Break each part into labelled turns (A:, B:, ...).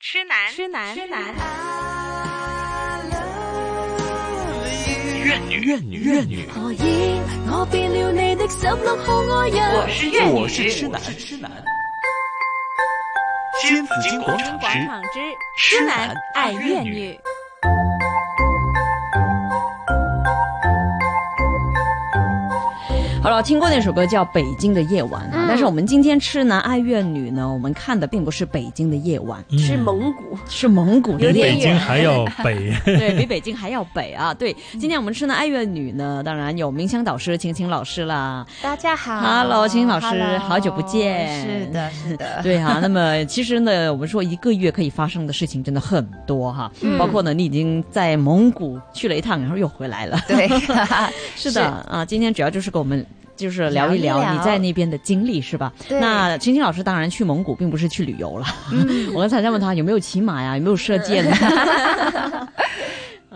A: 痴男，
B: 痴男，
A: 痴男。
C: 怨女，怨女，怨女。
D: 何以我变了你的十六号爱人？
A: 我是怨女，
C: 我是痴男，痴男。金紫荆广场
B: 广
C: 之
B: 场之
C: 痴
B: 男
C: 男
B: 爱
C: 爱
B: 粤
C: 粤
B: 女
C: 女。
E: 好了，听过那首歌叫《北京的夜晚》
D: 嗯
E: 啊，但是我们今天痴男爱乐女呢，我们看的并不是北京的夜晚，
F: 嗯
D: 是蒙古，
E: 是蒙古的
D: 有
F: 比
D: 点
F: 北
E: 夜
F: 京
D: 远
F: 还要北。
E: 晚，对比北京还要北啊。对，今天我们痴男爱乐女呢，当然有冥想导师晴晴老师啦。
G: 大家好
E: Hello，秦老师
G: Hello
E: 好久不见
G: 是的， 是的，
E: 对啊，那么其实呢，我们说一个月可以发生的事情真的很多哈，
G: 嗯
E: 包括呢，你已经在蒙古去了一趟，然后又回来了。
G: 对，
E: 是的啊，今天主要就是跟我们就是聊一
G: 聊一聊
E: 你在那边的经历是吧？
G: 对
E: 那青青老师当然去蒙古并不是去旅游了， 我刚才在问他有没有骑马呀，有没有射箭呢？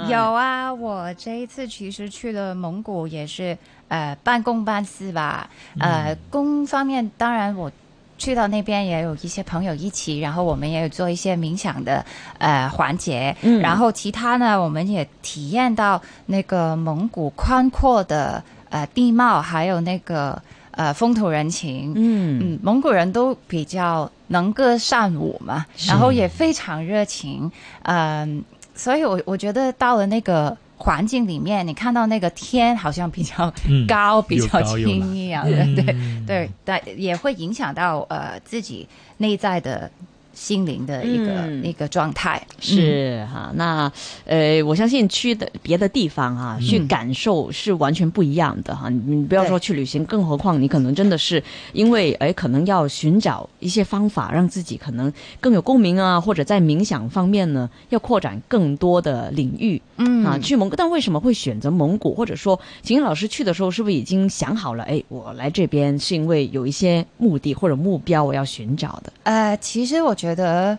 G: 有啊，我这一次其实去了蒙古，也是呃半公半私吧。呃，公方面当然我去到那边也有一些朋友一起，然后我们也有做一些冥想的呃环节。
E: 嗯
G: 然后其他呢，我们也体验到那个蒙古宽阔的呃地貌，还有那个呃风土人情。
E: 嗯，
G: 嗯，蒙古人都比较能歌善舞嘛，然后也非常热情，嗯、所以我我觉得到了那个环境里面，你看到那个天好像比较
F: 嗯
G: 高，比较
F: 又高又蓝
G: 轻一样的，
F: 嗯
G: 对对，但也会影响到呃自己内在的心灵的一个、
E: 嗯
G: 一个状态，
E: 是哈、那呃，我相信去的别的地方啊，去感受是完全不一样的哈、你你不要说去旅行，更何况你可能真的是因为哎，可能要寻找一些方法，让自己可能更有共鸣啊，或者在冥想方面呢，要扩展更多的领域。
G: 嗯
E: 啊，去蒙古，但为什么会选择蒙古？或者说，秦英老师去的时候，是不是已经想好了？哎，我来这边是因为有一些目的或者目标我要寻找的。
G: 呃，其实我觉得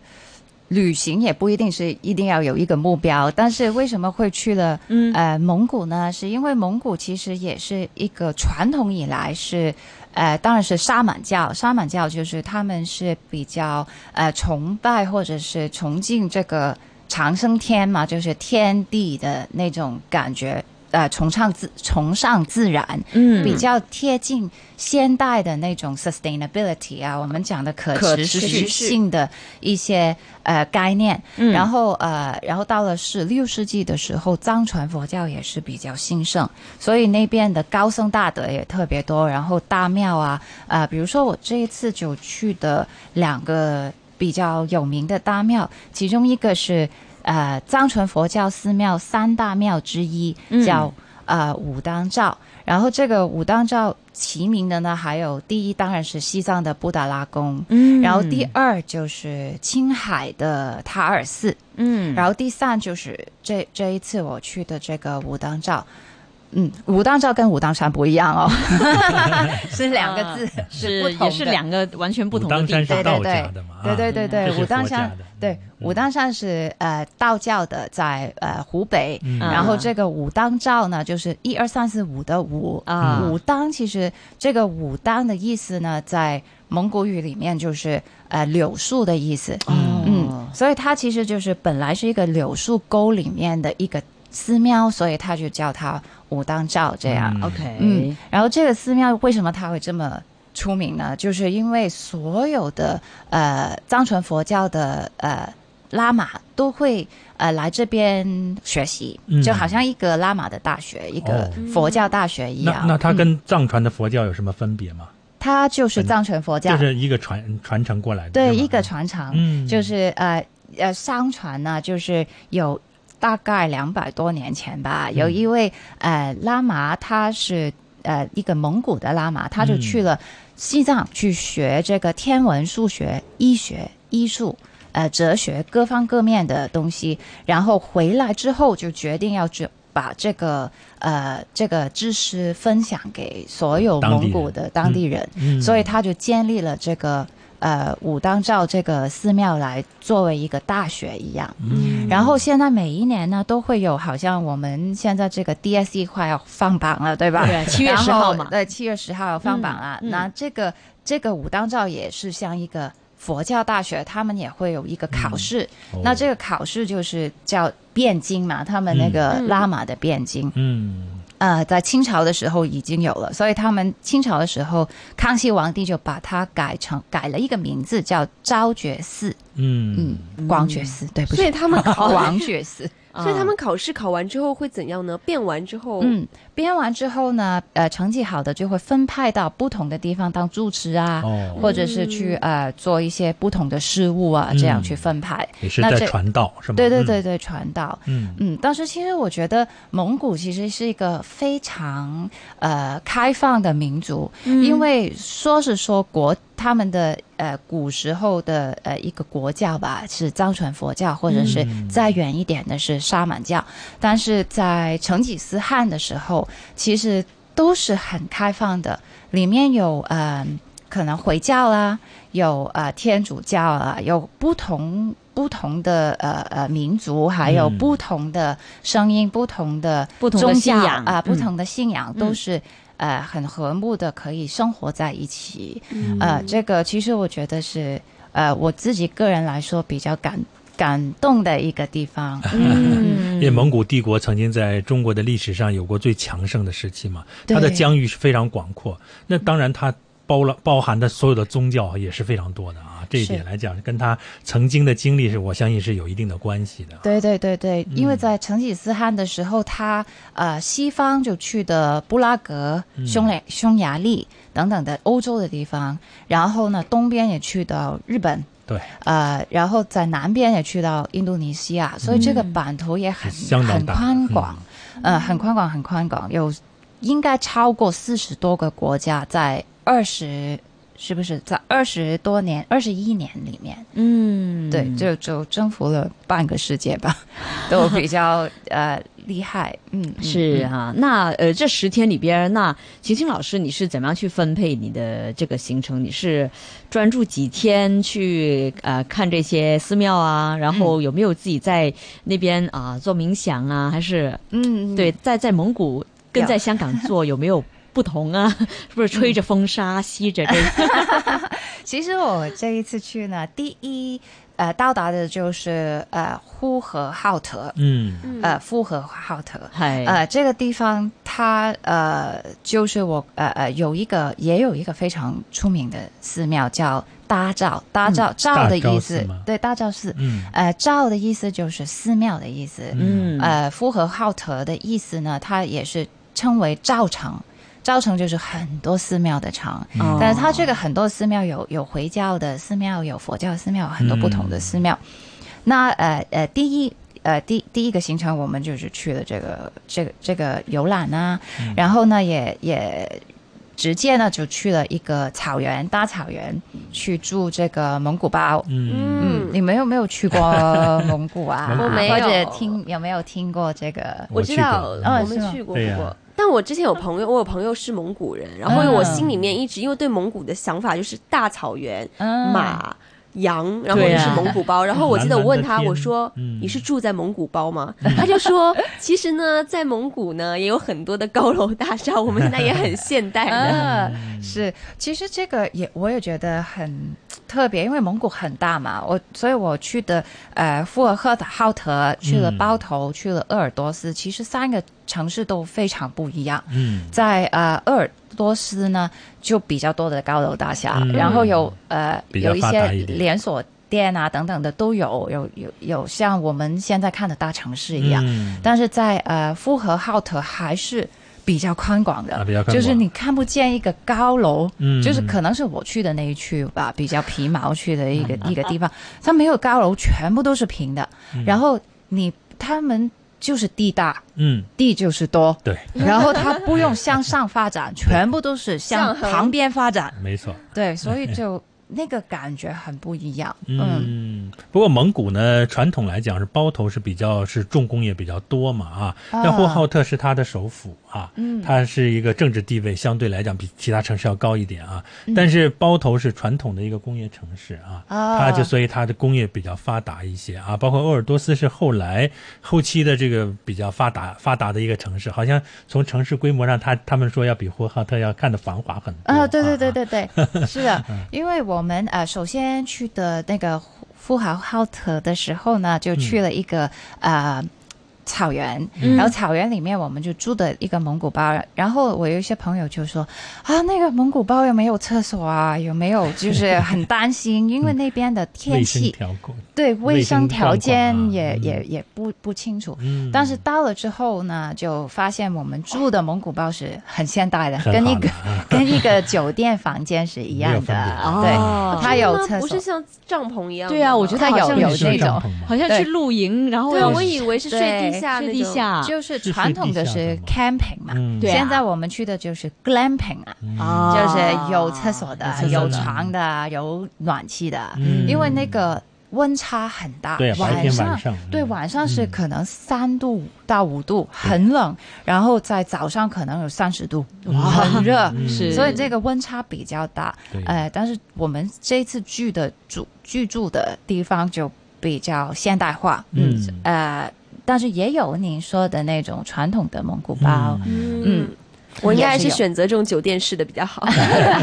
G: 旅行也不一定是一定要有一个目标，但是为什么会去了
E: 嗯
G: 呃蒙古呢？是因为蒙古其实也是一个传统以来是。呃，当然是沙满教。沙满教就是他们是比较呃崇拜或者是崇敬这个长生天嘛，就是天地的那种感觉。呃，崇尚自崇尚自然，
E: 嗯
G: 比较贴近现代的那种 sustainability 啊，我们讲的可
E: 可
G: 持
E: 持续
G: 续性的一些呃概念。
E: 嗯
G: 然后呃，然后到了十六世纪的时候，藏传佛教也是比较兴盛，所以那边的高僧大德也特别多。然后大庙啊，呃，比如说我这一次就去的两个比较有名的大庙，其中一个是呃藏传佛教寺庙三大庙之一，叫、呃武当照。然后这个武当照齐名的呢，还有第一当然是西藏的布达拉宫，
E: 嗯
G: 然后第二就是青海的塔尔寺，
E: 嗯，
G: 然后第三就是这这一次我去的这个武当照。嗯，武当照跟武当山不一 样哦，是两个字，
E: 啊是
G: 不同
E: 也是
G: 的
E: 两个完全不
F: 武
E: 同的
F: 当
E: 地方。
F: 山是
G: 对对
F: 道
G: 对
F: 家的嘛？嗯
G: 对对对
F: 这
G: 对，
F: 是
G: 武当
F: 佛家
G: 山
F: 的
G: 对
F: 嗯
G: 武当山是呃道教的，在呃湖北。
F: 嗯
E: 啊
G: 然后这个武当照呢，就是一二三四五的五
E: 啊
G: 武当其实这个武当的意思呢，在蒙古语里面就是呃柳树的意思。
E: 哦
F: 嗯
G: 嗯，所以它其实就是本来是一个柳树沟里面的一个寺庙，所以他就叫它武当照这样。
F: 嗯
E: OK，
G: 嗯，然后这个寺庙为什么它会这么出名呢？就是因为所有的呃藏传佛教的呃喇嘛都会呃来这边学习，
F: 嗯
G: 就好像一个喇嘛的大学，一个
F: 哦
G: 佛教大学一
F: 那
G: 样。
F: 那它
G: 嗯、
F: 跟藏传的佛教有什么分别吗？
G: 它就是藏传佛教，
F: 就是一个传传承过来的，
G: 对
F: 是吗
G: 一个，传承，
F: 嗯，
G: 就是呃呃，相传呢，就是有大概两百多年前吧，
F: 嗯
G: 有一位呃喇嘛，他是呃一个蒙古的喇嘛，他就
F: 嗯
G: 去了西藏去学这个天文、数学、医学、医术。呃，哲学各方各面的东西，然后回来之后就决定要去把这个呃这个知识分享给所有
F: 当地
G: 蒙
F: 人
G: 古的当地人，
F: 嗯
G: 所以他就建立了这个呃武当照这个寺庙来作为一个大学一样。
F: 嗯
G: 然后现在每一年呢都会有，好像我们现在这个 DSE 快要放榜了，对吧？
E: 对，七月
G: 然后
E: 十号嘛，
G: 对，七月十号放榜了。
E: 嗯嗯
G: 那这个这个武当照也是像一个佛教大学他们也会有一个考试，
E: 嗯
F: 哦
G: 那这个考试就是叫辩经嘛，他们那个
D: 嗯
G: 拉玛的辩经。
F: 嗯，
G: 呃，在清朝的时候已经有了，所以他们清朝的时候，康熙皇帝就把它改成改了一个名字，叫昭觉寺，
F: 嗯
G: 嗯，光觉寺，对不
A: 所以哦
G: 起，
A: 他们考
G: 王 觉寺。
A: 所以他们考试考完之后会怎样呢？变完之后，
G: 嗯，编完之后呢，呃，成绩好的就会分派到不同的地方当住持啊，
F: 哦，
G: 或者是去呃做一些不同的事务啊，这样去分派。
F: 也是
G: 那
F: 在
G: 这
F: 传道是吗？
G: 对对对对，传道。
F: 嗯，嗯，
G: 嗯，当时其实我觉得蒙古其实是一个非常呃开放的民族，因为说是说国他们的呃古时候的呃一个国教吧，是藏传佛教，或者是
F: 嗯
G: 再远一点的是沙满教，但是在成吉思汗的时候，其实都是很开放的，里面有呃可能回教啦，有呃天主教啊，有不同不同的呃呃民族，还有
F: 嗯
G: 不同的声音、不同的
E: 不同的
G: 宗
E: 信
G: 教
E: 仰
G: 啊、不
E: 嗯
G: 同的信仰、
E: 嗯
G: 都是呃很和睦的，可以生活在一起。
A: 嗯
G: 呃，这个其实我觉得是呃我自己个人来说比较感感动的一个地方。
E: 嗯，
F: 因为蒙古帝国曾经在中国的历史上有过最强盛的时期嘛，
G: 对
F: 它的疆域是非常广阔。那当然，它包了包含的所有的宗教也是非常多的啊。这一点
G: 是
F: 来讲，跟他曾经的经历是我相信是有一定的关系的。啊
G: 对对对对，因为
F: 嗯
G: 在成吉思汗的时候，他呃西方就去的布拉格、
F: 嗯
G: 匈牙匈牙利等等的欧洲的地方，然后呢东边也去到日本，
F: 对，
G: 呃，然后在南边也去到印度尼西亚，所以这个版图也
F: 嗯
G: 很、
F: 相当
G: 很
F: 大嗯
G: 宽广，呃，很宽广，很宽广，有应该超过四十多个国家，在二十是不是在二十多年、二十一年里面，
E: 嗯，
G: 对，就就征服了半个世界 吧，都比较呃厉害，嗯，嗯
E: 是
G: 嗯
E: 哈、那呃，这十天里边，那晴晴老师你是怎么样去分配你的这个行程？你是专注几天去呃看这些寺庙啊？然后有没有自己在那边啊、做冥想啊？还是
G: 嗯，嗯
E: 对，在在蒙古跟
G: 有
E: 在香港做有没有不同啊？ 是不是吹着风沙，吸着这
G: 其实我这一次去呢，第一呃到达的就是呃呼和浩特，
F: 嗯
A: 嗯
G: 呃呼和浩特，
E: 嗨
G: 呃，这个地方它呃，就是我呃呃有一个也有一个非常出名的寺庙叫大昭，大昭昭
F: 嗯
G: 的
F: 大
G: 意
F: 昭
G: 思
F: 寺吗
G: 对大昭寺，
F: 嗯
G: 呃昭的意思就是寺庙的意思，
F: 嗯
E: 嗯
G: 呃呼和浩特的意思呢，它也是称为昭城，昭城就是很多寺庙的城，
E: 哦
G: 但是它这个很多寺庙有有回教的寺庙，有佛教寺庙，有很多不同的寺庙。那呃呃，第一呃第第一个行程，我们就是去了这个这个这个游览啊，然后呢也也直接呢就去了一个草原大草原去住这个蒙古包。
F: 嗯
G: 嗯，你们有没有去过蒙 古啊？
F: 我
A: 没有
G: 或者听有没有听过这个？
A: 我知道
F: 我去过
A: 哦我
G: 嗯是吗
A: 们去过
F: 对呀
A: 不过。但我之前有朋友，我有朋友是蒙古人，然后
G: 嗯
A: 我心里面一直因为对蒙古的想法就是大草原、
G: 嗯，
A: 马、羊，然后
E: 对
A: 又
E: 啊
A: 是蒙古包。然后我记得我问
F: 蓝
A: 他，
F: 蓝的天
A: 我说
F: 嗯：“
A: 你是住在蒙古包吗？”他就说：“其实呢，在蒙古呢也有很多的高楼大厦，我们现在也很现代 的。
G: 啊，
A: 嗯
G: 是，其实这个也我也觉得很特别，因为蒙古很大嘛，我所以我去的呃呼和浩特、浩特去了
F: 嗯
G: 包头，去了鄂尔多斯，其实三个城市都非常不一样。
F: 嗯
G: 在呃鄂尔多斯呢，就比较多的高楼大厦，
F: 嗯
G: 然后有呃
F: 比较
G: 有一
F: 发
G: 些
F: 达一点
G: 连锁店啊等等的都有，有有有像我们现在看的大城市一样。
F: 嗯，
G: 但是在呃呼和浩特还是比较宽广的，
F: 啊比较宽广
G: 就是你看不见一个高楼，
F: 嗯
G: 就是可能是我去的那一区吧，比较皮毛区的一个
F: 嗯
G: 一个地方，它没有高楼，全部都是平的。然后你他们就是地大，
F: 嗯
G: 地就是多，
F: 对，
G: 然后它不用向上发展，全部都是向
A: 向横
G: 旁边发展，
F: 没错。
G: 对，所以就那个感觉很不一样，嗯
F: 嗯，不过蒙古呢，传统来讲是包头是比较是重工业比较多嘛啊，那呼和浩特是它的首府啊，
G: 嗯
F: 它是一个政治地位相对来讲比其他城市要高一点啊，
G: 嗯
F: 但是包头是传统的一个工业城市啊，
G: 啊
F: 它就所以它的工业比较发达一些啊，包括鄂尔多斯是后来后期的这个比较发达发达的一个城市，好像从城市规模
G: 嗯啊
F: 上，它他们说要比呼和浩特要看的繁华很多啊
G: 啊，对对对对对，是的，因为我我们呃首先去的那个呼呼和浩特的时候呢，就去了一个、呃。草原，嗯然后草原里面我们就住的一个蒙古包，然后我有一些朋友就说啊，那个蒙古包有没有厕所啊？有没有就是很担心，因为那边的天
F: 卫生
G: 气
F: 条款，
G: 对卫
F: 卫生
G: 生条
F: 状况
G: 件
F: 啊
G: 也、
F: 嗯
G: 也也不不清楚。
F: 嗯，
G: 但是到了之后呢，就发现我们住的蒙古包是很现代的，
F: 很
G: 跟一
F: 好
G: 个
F: 的啊
G: 跟一个酒店房间是一样
F: 没有分别
G: 的。
F: 啊
G: 对
E: 哦
G: 它有厕
A: 不
G: 所
A: 是像帐篷一样的吗。
E: 对啊，我觉得
G: 它
E: 好
G: 有
E: 像
F: 那
G: 有
F: 你
E: 是
F: 睡
G: 那
F: 帐
G: 种
F: 篷吗
E: 好像
G: 对
E: 去露营，然后
A: 对啊，
F: 有
A: 我以为是睡
G: 对
A: 地下那
E: 睡
A: 种，
E: 地下
G: 就是传统的是
F: 啊是睡地
G: camping 嘛，
F: 嗯
E: 对啊
G: 现在我们去的就是 glamping 啊，
E: 啊
G: 就是有厕所的、
F: 有厕所的
G: 有床的、有暖气的，
F: 嗯
G: 因为那个温差很大，
F: 对白天
G: 上
F: 晚上嗯
G: 对晚上是
F: 嗯
G: 可能三度到五度，很冷，然后在早上可能有三十度，
F: 嗯
G: 很热，
E: 是
G: 所以这个温差比较大
F: 对。
G: 呃，但是我们这次住的住居住的地方就比较现代化，
F: 嗯
G: 呃，但是也有您说的那种传统的蒙古包，
F: 嗯，
A: 嗯，我应该还是
G: 也是有
A: 选择这种酒店式的比较好。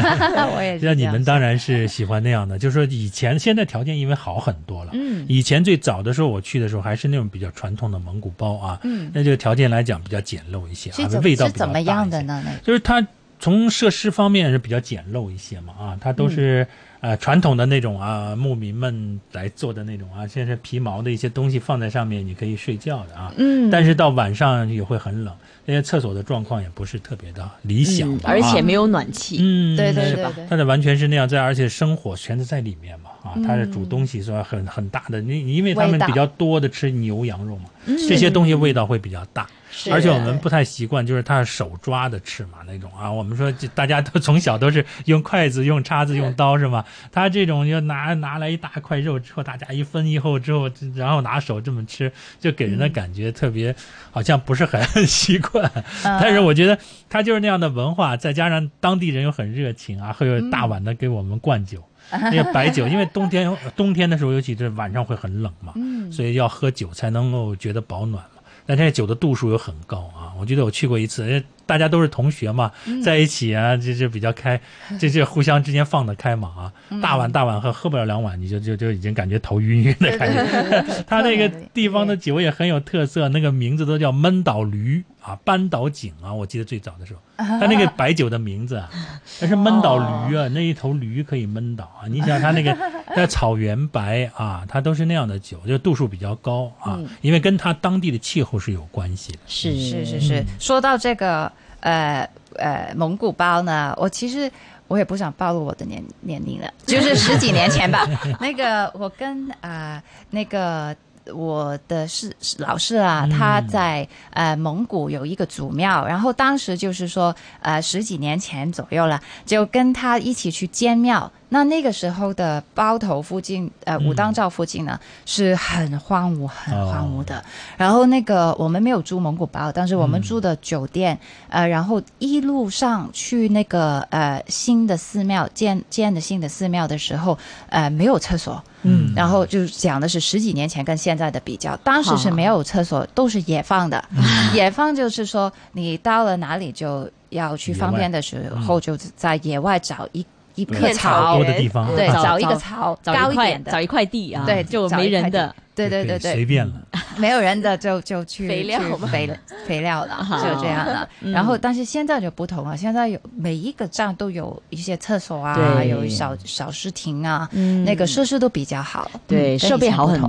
G: 我也是这
F: 那
G: 样。
F: 你们当然是喜欢那样的，就是说以前现在条件因为好很多了，
E: 嗯
F: 以前最早的时候我去的时候还是那种比较传统的蒙古包啊，
E: 嗯
F: 那这个条件来讲比较简陋一些
G: 是
F: 啊
G: 怎，
F: 味道
G: 是
F: 比较
G: 怎么
F: 大
G: 样
F: 一
G: 的
F: 些
G: 呢？那
F: 就是它从设施方面是比较简陋一些嘛啊，它都是、
G: 嗯
F: 呃传统的那种啊牧民们来做的那种啊，现在是皮毛的一些东西放在上面，你可以睡觉的啊。
E: 嗯，
F: 但是到晚上也会很冷，那些厕所的状况也不是特别的理想
E: 嗯
F: 嘛啊、
E: 而且没有暖气，
F: 嗯，
G: 对对
F: 是
G: 对
F: 吧
G: 对嗯
F: 它的完全是那样，在而且生火全是在里面嘛，啊，它是煮东西是吧？很很大的，你你因为他
G: 味
F: 们
G: 道嗯
F: 比较多的吃牛羊肉嘛，这些东西味道会比较大，
E: 是
F: 而且我们不太习惯，就是它是手抓的吃嘛那种啊。我们说这大家都从小都是用筷子、用叉子、用刀是吗？他这种就拿拿来一大块肉之后，大家一分一后之后，然后拿手这么吃，就给人的感觉特别好像不是很 习惯。但是我觉得他就是那样的文化，再加上当地人又很热情啊，会有大碗的给我们灌酒。那个白酒，因为冬天冬天的时候，尤其是晚上会很冷嘛，所以要喝酒才能够觉得保暖嘛。但这个酒的度数又很高啊，我记得我去过一次，哎大家都是同学嘛，在一起啊，这这比较开，这这互相之间放得开嘛啊，大碗大碗喝，喝不了两碗你就就就已经感觉头晕晕的感觉。他那个地方的酒也很有特色，那个名字都叫闷倒驴啊、扳倒井啊，我记得最早的时候，他那个白酒的名字啊， 那是闷倒驴
G: 哦
F: 啊，那一头驴可以闷倒啊！你想他那个 在草原白啊，它都是那样的酒，就度数比较高啊，
G: 嗯
F: 因为跟它当地的气候是有关系的。
E: 是
G: 是是是，说到这个呃呃蒙古包呢，我其实我也不想暴露我的年年龄了，就是十几年前吧。那个我跟啊、呃那个。我的是是老师啊，他在呃蒙古有一个祖庙，然后当时就是说呃十几年前左右了，就跟他一起去监庙。那那个时候的包头附近，呃武当照附近呢、是很荒芜、很荒芜的。然后那个我们没有住蒙古包，但是我们住的酒店，呃，然后一路上去那个呃新的寺庙建建的新的寺庙的时候，呃，没有厕所，
F: 嗯
G: 然后就是讲的是十几年前跟现在的比较，当时是没有厕所，都是野放的， 野放就是说你到了哪里就要去
F: 野
G: 方
F: 外
G: 便的时候，就在野外找一一
F: 对
G: 棵
A: 片草
G: 草
F: 多
A: 原，
F: 的地方，啊
G: 对，
E: 找
G: 找一个
E: 找
G: 草
E: 找
G: 高
E: 一
G: 一
E: 块
G: 点
E: 找
G: 的，
E: 一块地啊，
G: 对，
E: 就
G: 找
E: 没
G: 一块
E: 人
G: 地
E: 的，，
G: 对对
F: 就可
G: 对
F: 以
G: 对，
F: 随便 了。
G: 没有人的就就去
A: 肥料
G: 去
A: 嘛
G: 肥肥料了，
E: 好
G: 就这样了。
E: 嗯
G: 然后，但是现在就不同了，现在有每一个站都有一些厕所啊，
E: 对
G: 有小小食亭啊，
E: 嗯
G: 那个设施都比较好，
E: 对
G: 嗯
E: 设备好很，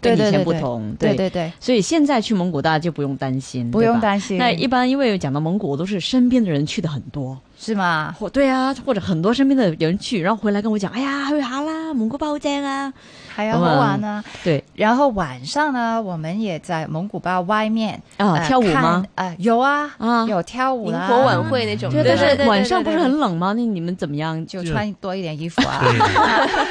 G: 跟
E: 多，跟
G: 以前不同对
E: 以
G: 对
E: 前
G: 对
E: 不
G: 对
E: 同，
G: 对对对，
E: 所以现在去蒙古大家就不用担心，
G: 不用
E: 对吧
G: 担心
E: 那一般因为讲到蒙古，我都是身边的人去的很多，
G: 是吗？
E: 或对啊，或者很多身边的人去，然后回来跟我讲，哎呀，去下啦，蒙古包正啊，
G: 还有好玩呢。
E: 对
G: 然后晚上呢，我们也在蒙古包外面
E: 啊
G: 呃
E: 跳舞
G: 看
E: 吗？
G: 啊，有啊
E: 啊
G: 有跳舞
A: 萤
G: 啦，
A: 火晚会那种，
E: 对
A: 对
E: 但是
A: 对，
E: 晚上不
A: 对
E: 是
A: 对
E: 很冷吗？那你们怎么样？
G: 就
F: 就
G: 穿多一点衣服 啊。
F: 对，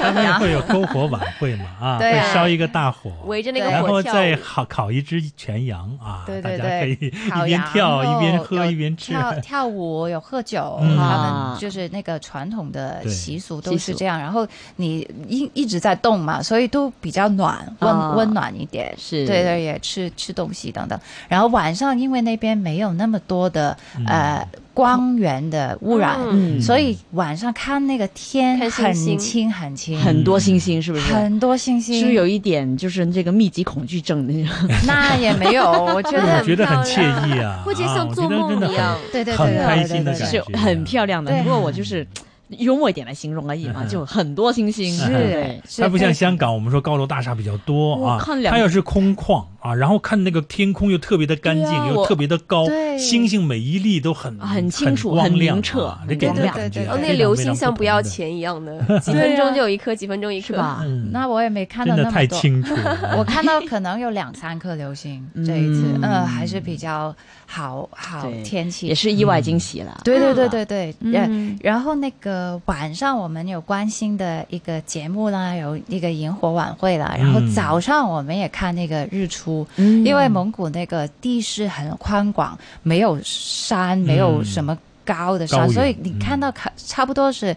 F: 他们会有篝火晚会嘛啊，
G: 对啊
F: 会烧一个大火，
A: 围着那
G: 对
A: 个
F: 然
A: 火嗯
F: 后
A: 跳
F: 再
A: 舞。
F: 烤烤一只全羊啊，
G: 对
F: 大
G: 对
F: 家可
G: 对
F: 以，一
G: 烤
F: 边
G: 羊
F: 跳一边
G: 肉
F: 喝
G: 有
F: 一边吃。
G: 跳跳舞有喝酒，
F: 嗯
G: 他
E: 啊
G: 们就是那个传统的
F: 对
G: 习俗
E: 习
G: 都是
E: 俗
G: 这样。然后你一一直在动嘛，所以都比较暖，温、
E: 啊
G: 温暖一点。
E: 是
G: 对
F: 嗯
G: 对，也吃吃东西等等。然后晚上因为那边没有那么多的、呃光源的污染，
A: 嗯
G: 所以晚上看那个天
A: 看星
G: 很
A: 星
G: 清很清，
E: 很多星星是不是？
G: 很多星星，
E: 是 不是有一点就是这个密集恐惧症的那种？
G: 那也没有，我嗯觉
A: 很
F: 我
G: 得
F: 觉得很
A: 漂
F: 惬
A: 亮
F: 意啊，
A: 或者
F: 啊
A: 像
F: 我
A: 做
F: 觉得真
A: 梦
F: 的
A: 一样
F: 很。
G: 对对对，
F: 很
G: 对
F: 开
G: 对
F: 心的
G: 对
F: 感
G: 对
F: 觉
E: 是很漂亮的，
G: 对
E: 不过我就是幽默一点来形容而已嘛，
F: 嗯
E: 就很多星星。
G: 是
E: 对
G: 是
F: 它不像
G: 非常
F: 香港，我们说高楼大厦比较多
E: 我
F: 啊，
E: 看两
F: 它要是空旷啊，然后看那个天空又特别的干净，
E: 对啊
F: 又
E: 我
F: 特别的高，
G: 对啊
F: 星星每一粒都很
E: 很清楚
F: 光
E: 很
F: 亮
E: 明澈
F: 啊，
E: 很
F: 这给人的
G: 光亮
F: 感觉
G: 对对对哦
A: 然后哦那
F: 非常
A: 流
F: 非常
A: 星像
F: 不
A: 不要
F: 同的，
A: 钱一 样的，几分钟就有一颗，几分钟一颗
E: 是？吧？
F: 嗯，
G: 那我也没看到
F: 真
G: 那
F: 的
G: 么
F: 太
G: 多。
F: 清楚 了。
G: 我看到可能有两三颗流星，这一次，
E: 嗯
G: 呃，还是比较好好
E: 对
G: 天
E: 也
G: 气。
E: 是意外惊喜了。
G: 对对对对对，嗯。
E: 嗯，
G: 然后那个晚上我们有关心的一个节目啦，有一个萤火晚会啦，然后
F: 嗯
G: 早上我们也看那个日出，
E: 嗯
G: 因为蒙古那个地势很宽广，没有山，没有什么高的
F: 高
G: 山，
F: 原
G: 所以你看到看差不多是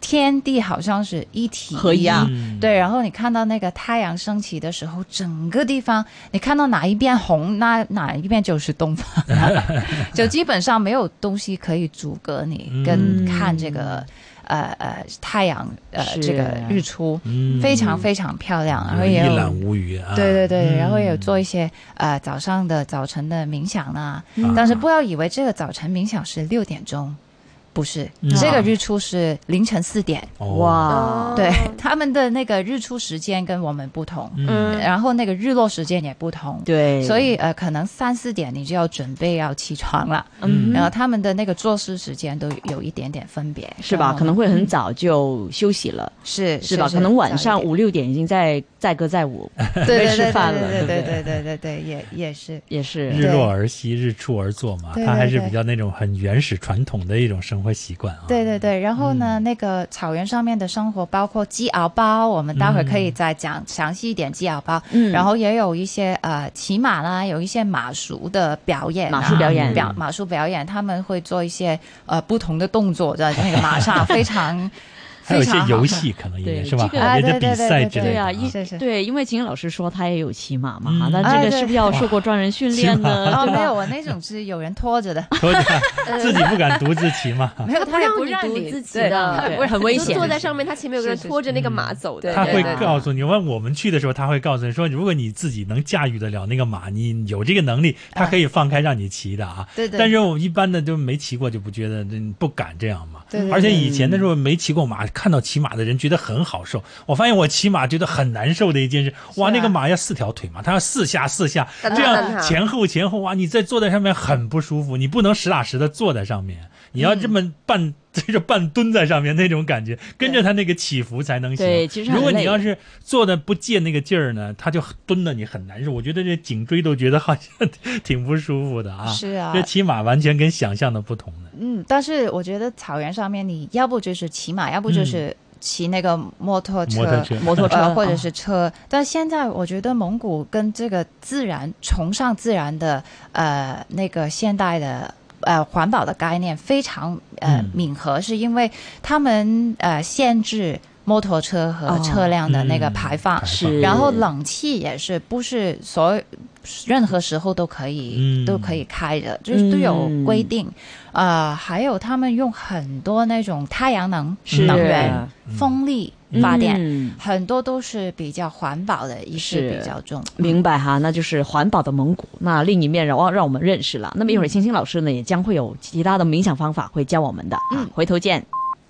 G: 天地好像是一体
E: 合一
G: 样。
F: 嗯
G: 对，然后你看到那个太阳升起的时候，整个地方你看到哪一边红，那哪一边就是东方， 就基本上没有东西可以阻隔你跟
E: 嗯
G: 看这个呃呃太阳呃
E: 是
G: 这个日出，
F: 嗯
G: 非常非常漂亮，然后也
F: 一
G: 有
F: 览无余啊。
G: 对对对，
F: 嗯
G: 然后也有做一些呃早上的早晨的冥想啦、
F: 嗯
G: 但是不要以为这个早晨冥想是六点钟，不是，
F: 嗯
G: 这个日出是凌晨四点。
F: 哦
E: 哇，
G: 对， 他们的那个日出时间跟我们不同，
F: 嗯
G: 然后那个日落时间也不同，
E: 对，
G: 所以呃，可能三四点你就要准备要起床了，
E: 嗯
G: 然后他们的那个作息时间都有一点点分别，
E: 是吧？
G: 跟我们
E: 可能会很早就休息了，
G: 嗯是
E: 是吧？可能晚上
G: 早一点
E: 五六点已经在载歌载舞，
G: 对对
E: 吃
G: 对
E: 饭了
G: 对
E: 对
G: 对对
E: 不
G: 对对对对，也也是
E: 也是
F: 日落而息，日出而作嘛，
G: 对
F: 它还是
G: 对对
F: 比较那种很原始传统的一种生活习惯啊。
G: 对对对，然后呢，
F: 嗯
G: 那个草原上面的生活，包括鸡熬包，我们待会儿可以再讲详细一点鸡熬包。
E: 嗯
G: 然后也有一些呃骑马啦，有一些马术的表演啊、
E: 马术表演
G: 表马术表演，他们会做一些呃不同的动作在那个马上，非常
F: 还有
G: 非
F: 一些
G: 常好
F: 游戏可能也
E: 对
F: 是吧，
E: 这个
F: 好
G: 啊
F: 别的
G: 对对
F: 比赛
G: 对
F: 之类
E: 对
F: 的
E: 啊，
F: 啊。
E: 因
G: 是 是
E: 对，因为秦老师说他也有骑马嘛，
F: 嗯
E: 那
G: 啊
E: 这个
G: 对
E: 是不是要受过专人训练呢？
G: 哦，
E: 对吧
G: 没有，我那种是有人 拖着的，
F: 说 起来
G: 呃
F: 自己不敢独自骑嘛，
G: 没有，
A: 他不
G: 也
A: 让
G: 不
A: 你
G: 让
A: 读
G: 你
A: 自己
G: 对
A: 的
G: 他也不
E: 对
G: 让
E: 很
G: 你
E: 危
A: 就
E: 险
A: 坐在上面，他前面有个人
G: 是是
A: 拖着那个马走的，
G: 嗯
F: 他
G: 对
F: 会
G: 对对
F: 告诉你，问我们去的时候，他会告诉你说，如果你自己能驾驭得了那个马，你有这个能力，他可以放开让你骑的啊。
G: 对对，
F: 但是我们一般的就没骑过，就不觉得嗯不敢这样嘛。
G: 对对
F: 而且以前的时候没骑过马，看到骑马的人觉得很好受。我发现我骑马觉得很难受的一件事，
G: 是啊
F: 哇，那个马要四条腿嘛，它要四下四下，
A: 蹬它
F: 这
A: 蹬它
F: 样前后前后哇，啊你在坐在上面很不舒服，你不能实打实的坐在上面，你要这么半。 这就半蹲在上面那种感觉，跟着它那个起伏才能行。
E: 对其实很
F: 如果你
E: 累
F: 要是坐的不借那个劲儿呢，它就蹲的你很难受。我觉得这颈椎都觉得好像挺不舒服 的啊。
G: 是啊
F: 这骑马完全跟想象的不同的。
G: 嗯，但是我觉得草原上面，你要不就是骑马，要不就是骑那个摩托车，
F: 嗯摩托车
E: 摩托车
G: 呃或者
E: 啊
G: 是车。但现在我觉得蒙古跟这个自然崇尚自然的呃那个现代的。呃，环保的概念非常呃
F: 嗯
G: 敏合，是因为他们呃限制摩托车和
E: 哦
G: 车辆的那个
F: 嗯
G: 排放，
E: 是
G: 然后冷气也是不是所有任何时候都可以、
F: 嗯
G: 都可以开的，就是都有
E: 嗯
G: 规定。呃，还有他们用很多那种太阳能
E: 是
G: 能源、
F: 嗯
G: 风力发电。
E: 嗯
G: 很多都是比较环保的意识
E: 是
G: 比较重，
E: 明白哈，那就是环保的蒙古。那另一面让让我们认识了。那么一会儿，星星老师呢也将会有其他的冥想方法会教我们的。嗯，回头见。